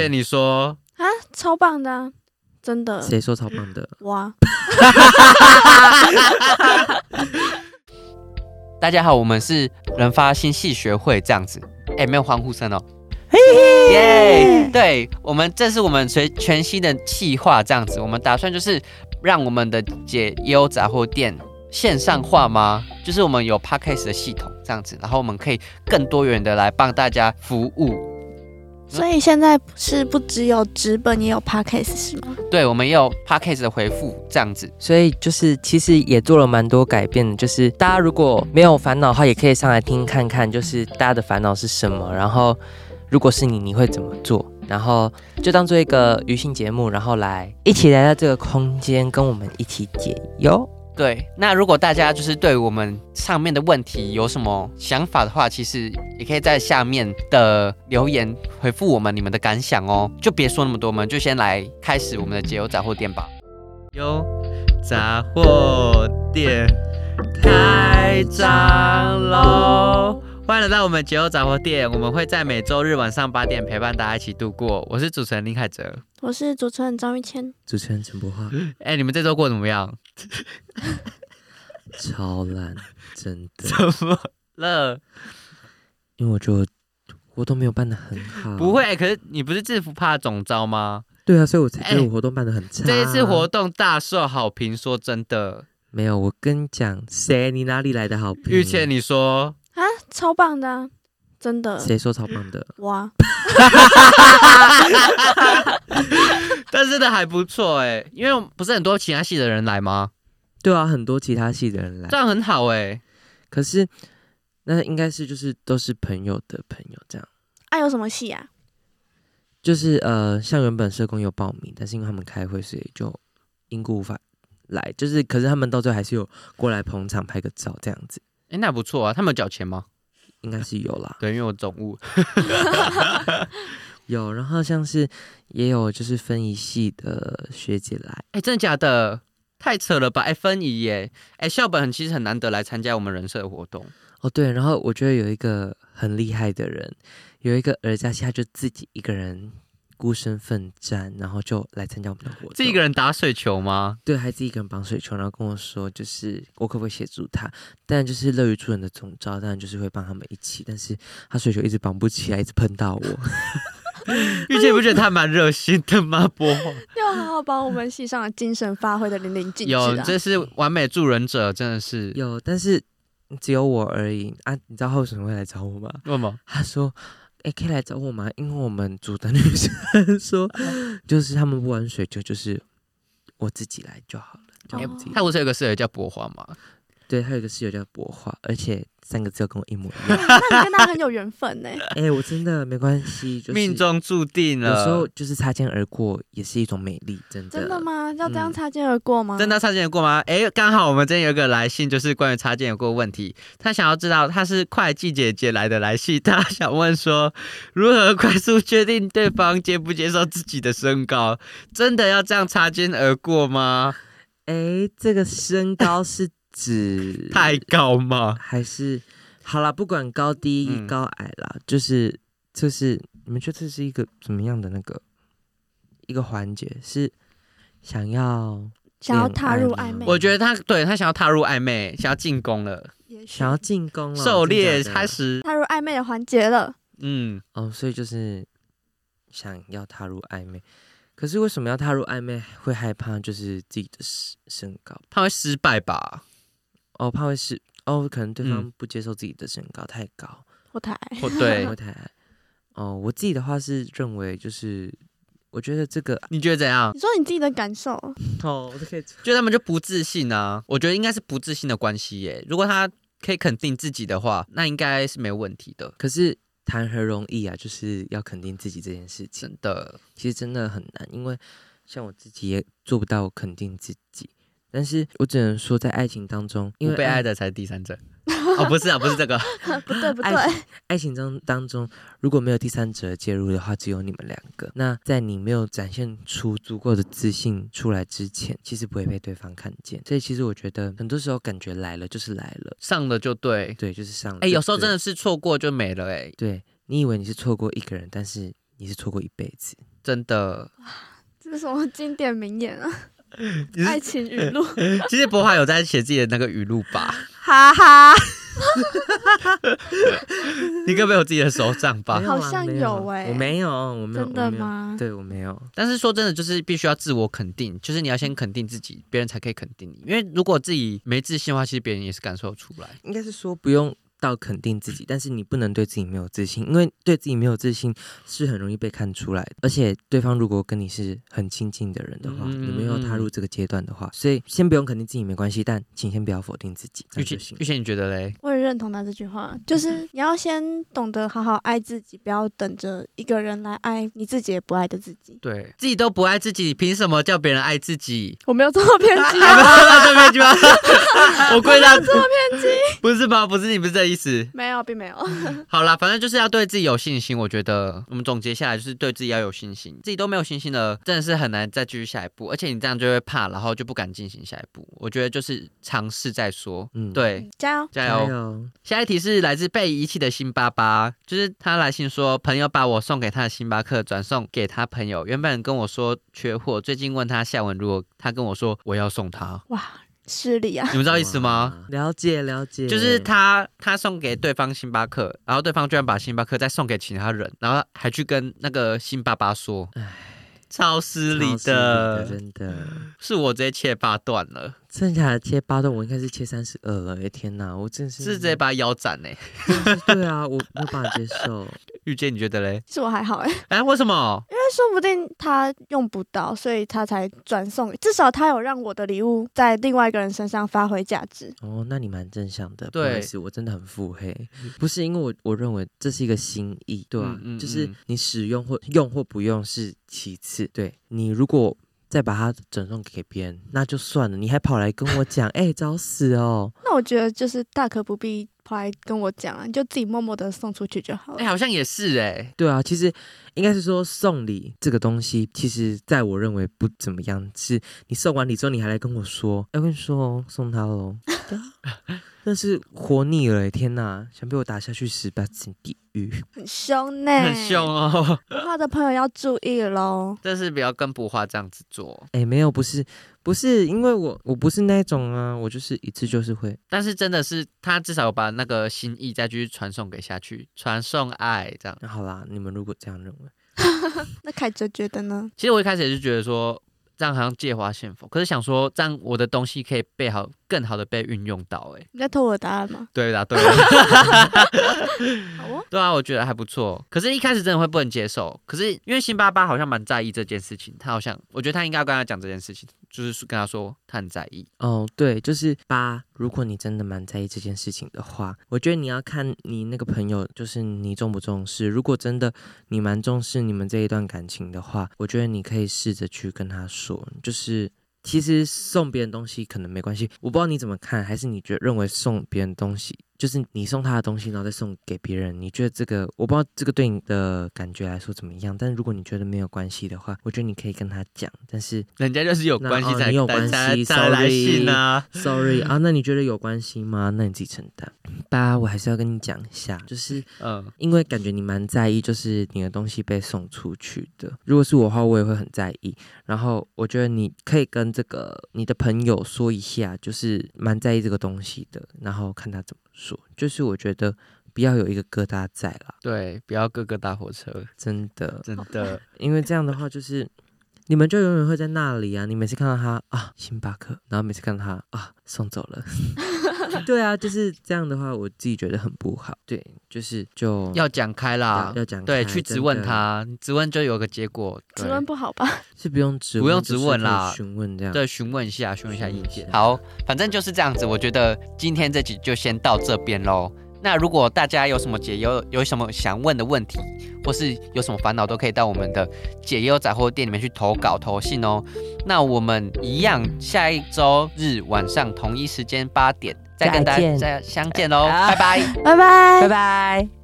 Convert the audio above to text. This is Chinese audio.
骗你说，啊，超棒的、啊，真的谁说超棒的？哇！大家好，我们是人发心系学会这样子，哎、没有欢呼声哦。耶！对我们，这是我们全全新的计划，这样子，我们打算就是让我们的解忧杂货店线上化吗？就是我们有 podcast 的系统这样子，然后我们可以更多元的来帮大家服务。所以现在是不只有纸本，也有 podcast 是吗？对，我们也有 podcast 的回复这样子。所以就是其实也做了蛮多改变的，就是大家如果没有烦恼的话，也可以上来听看看，就是大家的烦恼是什么，然后如果是你，你会怎么做？然后就当做一个娱性节目，然后来一起来到这个空间，跟我们一起解忧。对，那如果大家就是对我们上面的问题有什么想法的话，其实也可以在下面的留言回复我们你们的感想哦。就别说那么多，我们就先来开始我们的解忧杂货店吧。有杂货店开张喽！欢迎来到我们解忧杂货店，我们会在每周日晚上八点陪伴大家一起度过。我是主持人林凯哲。我是主持人张玉谦，主持人陈柏桦哎、你们这周过得怎么样？超烂，真的，怎么了？因为我觉得我活动没有办得很好。不会、，可是你不是制服趴总招吗？对啊，所以我才觉得哎我活动办得很差。这一次活动大受好评，说真的，没有，我跟你讲，谁你哪里来的好评？玉倩，你说啊，超棒的、啊，真的谁说超棒的？哇！但是的还不错哎、因为不是很多其他系的人来吗？对啊，很多其他系的人来这，样很好哎、可是那应该是就是都是朋友的朋友这样。啊，有什么戏啊？就是呃，像原本社工有报名，但是因为他们开会，所以就因故无法来。就是，可是他们到最后还是有过来捧场、拍个照这样子，哎、那不错啊，他们有缴钱吗？应该是有啦，对，因为我总务，有。然后像是也有就是分一系的学姐来，哎、真的假的？太扯了吧！哎、分仪耶，哎、校本很其实很难得来参加我们人社的活动，哦对，然后我觉得有一个很厉害的人，有一个儿家系，他就自己一个人孤身奋战，然后就来参加我们的活动。自己一个人打水球 吗？对，还自己一个人绑水球，然后跟我说，就是我可不可以协助他？但就是乐于助人的总招，当然就是会帮他们一起。但是他水球一直绑不起来，一直碰到我。 玉姐不觉得他蛮热心的吗？波要好好把我们戏上的精神发挥的淋漓尽致有，啊！这是完美助人者，真的是。有，但是只有我而已啊！你知道他为什么会来找我吗？ 为什么？他说：“哎、可以来找我吗？”因为我们组的女生 说，嗯就是他们不玩水球，就是我自己来就好了。就哎。我自己哦他不是有个室友叫博华吗？对，他有一个室友叫博化，而且三个字都跟我一模 一样嗯那你跟他很有缘分呢、哎、我真的没关系，就是命中注定了。有时候就是擦肩而过也是一种美丽，真的。真的？吗？要这样擦肩而过吗？嗯真的擦肩而过吗？诶，刚好我们这边有一个来信，就是关于擦肩而过的问题。他想要知道他是会计姐姐来的来信，他想问说，如何快速确定对方接不接受自己的身高？真的要这样擦肩而过吗？哎、这个身高是 指太高吗？还是好啦，不管高低、嗯高矮啦，就是这是你们觉得这是一个怎么样的那个一个环节？是想要想要踏入暧昧，嗯我觉得他对他想要踏入暧昧，想要进攻了，也许想要进攻了，狩猎真假的开始。踏入暧昧的环节了。嗯，哦，所以就是想要踏入暧昧。可是为什么要踏入暧昧？会害怕就是自己的身身高他会失败吧？哦，怕会是哦，可能对嗯方不接受自己的身高太高，后台或 对会，太矮。哦，我自己的话是认为，就是我觉得这个你觉得怎样？你说你自己的感受，啊哦，我都可以就他们就不自信啊。我觉得应该是不自信的关系耶。如果他可以肯定自己的话，那应该是没问题的。可是谈何容易啊！就是要肯定自己这件事情，真的，其实真的很难，因为像我自己也做不到肯定自己。但是我只能说，在爱情当中，因不为嗯被爱的才是第三者。哦，不是啊，不是这个，不对不对， 爱情爱情中当中，如果没有第三者介入的话，只有你们两个。那在你没有展现出足够的自信出来之前，其实不会被对方看见。所以其实我觉得，很多时候感觉来了就是来了，上了就对。 对，就是上了。哎、有时候对真的是错过就没了哎、对你以为你是错过一个人，但是你是错过一辈子。真的。这是什么经典名言啊？ 你是爱情语录，其实博华有在写自己的那个语录吧？ 哈哈，你该没有自己的手账吧没？有啊好像没有欸我没有，我没有，真的我没有吗对，我没有。但是说真的，就是必须要自我肯定，就是你要先肯定自己，别人才可以肯定你。因为如果自己没自信的话，其实别人也是感受出来。应该是说不用到肯定自己，但是你不能对自己没有自信，因为对自己没有自信是很容易被看出来的。而且对方如果跟你是很亲近的人的话，嗯你们又踏入这个阶段的话，所以先不用肯定自己没关系，但请先不要否定自己，这玉样就贤行，玉。贤，你觉得嘞？我也认同他这句话，就是你要先懂得好好爱自己，不要等着一个人来爱你自己也不爱的自己。对自己都不爱自己，凭什么叫别人爱自己？ 我没有这么偏激啊，这边 去吧，我归纳这么偏激， 不是吧？不是你不是这意思。 没有，并没有。好啦，反正就是要对自己有信心。我觉得我们总结下来就是对自己要有信心，自己都没有信心了，真的是很难再继续下一步。而且你这样就会怕，然后就不敢进行下一步。我觉得就是尝试再说。嗯，，对， 加油！加加油！油！下一题是来自被遗弃的辛巴巴，就是他来信说，朋友把我送给他的星巴克转送给他朋友，原本跟我说缺货，最近问他下文如何，他跟我说我要送他，哇，失礼啊！你们知道意思吗？哇？了解，了解，就是他他送给对方星巴克，然后对方居然把星巴克再送给其他人，然后还去跟那个辛巴巴说，超失礼超的，失礼的真的。是我直接切八段了，剩下的切八段，我应该是切三十二了。哎天哪，我真是是直接把他腰斩呢、欸。 对啊，我没有办法接受。遇见你觉得嘞？其实我还好哎、哎、为什么？因为 说不定他用不到，所以他才转送。至少他有让我的礼物在另外一个人身上发挥价值。哦，那你蛮正向的，对嗯不好意思，我真的很腹黑，不是因为我我认为这是一个心意，对啊，嗯嗯就是嗯你使用或用或不用是其次，对你如果再把它转送给别人，那就算了，你还跑来跟我讲， 哎、找死哦，那我觉得就是大可不必跑来跟我讲啊，你就自己默默的送出去就好哎、了。好像也是哎、对啊，其实应该是说送礼这个东西，其实在我认为不怎么样，是你送完礼之后你还来跟我说，哎、我跟你说哦，送他 喽，但是活腻了、哎天哪，想被我打下去十八层地狱。很凶啊呢、很凶。哦，他的朋友要注意喽。但是不要跟不花这样子做。哎、没有，不是，不是，因为我我不是那种啊，我就是一次就是会，但是真的是他至少有把那个心意再继续传送给下去，传送爱这样。那好啦，你们如果这样认为，那凯哲觉得呢？其实我一开始也是觉得说，这样好像借花献佛，可是想说，这样我的东西可以被好，更好的被运用到、欸。哎，你在偷我的答案吗？对啦，对啦，好哦， 对啊，我觉得还不错。可是，一开始真的会不能接受。可是因为辛巴巴好像蛮在意这件事情，他好像，我觉得他应该要跟他讲这件事情，就是跟他说他很在意。哦，对，就是八，如果你真的蛮在意这件事情的话，我觉得你要看你那个朋友，就是你重不重视。如果真的你蛮重视你们这一段感情的话，我觉得你可以试着去跟他说，就是。其实送别人东西可能没关系，我不知道你怎么看，还是你觉得认为送别人东西就是你送他的东西，然后再送给别人，你觉得这个我不知道这个对你的感觉来说怎么样，但如果你觉得没有关系的话，我觉得你可以跟他讲，但是人家就是有那关系哦才你有才关才系才来 sorry 信啊。 Sorry 啊，那你觉得有关系吗？那你自己承担。八，我还是要跟你讲一下，就是嗯，因为感觉你蛮在意，就是你的东西被送出去的。如果是我的话，我也会很在意。然后我觉得你可以跟这个你的朋友说一下，就是蛮在意这个东西的，然后看他怎么说。就是我觉得不要有一个疙瘩在啦，对，不要各个搭火车，真的，真的。因为这样的话就是。你们就永远会在那里啊！你每次看到他啊，星巴克，然后每次看到他啊，送走了。 对啊，就是这样的话，我自己觉得很不好。对，就是就要讲开啦要，要讲对，开去真质问的他，质问就有个结果。对质问不好吧？是不用质不用就是质问可以啦询问这样。对，询问一下，询问一下意见。好，反正就是这样子。我觉得今天这集就先到这边喽。那如果大家有什么解忧，有什么想问的问题，或是有什么烦恼，都可以到我们的解忧杂货店里面去投稿投信哦。那我们一样，下一周日晚上同一时间八点再跟大再家见再相见喽，哦啊拜拜。拜拜拜。拜。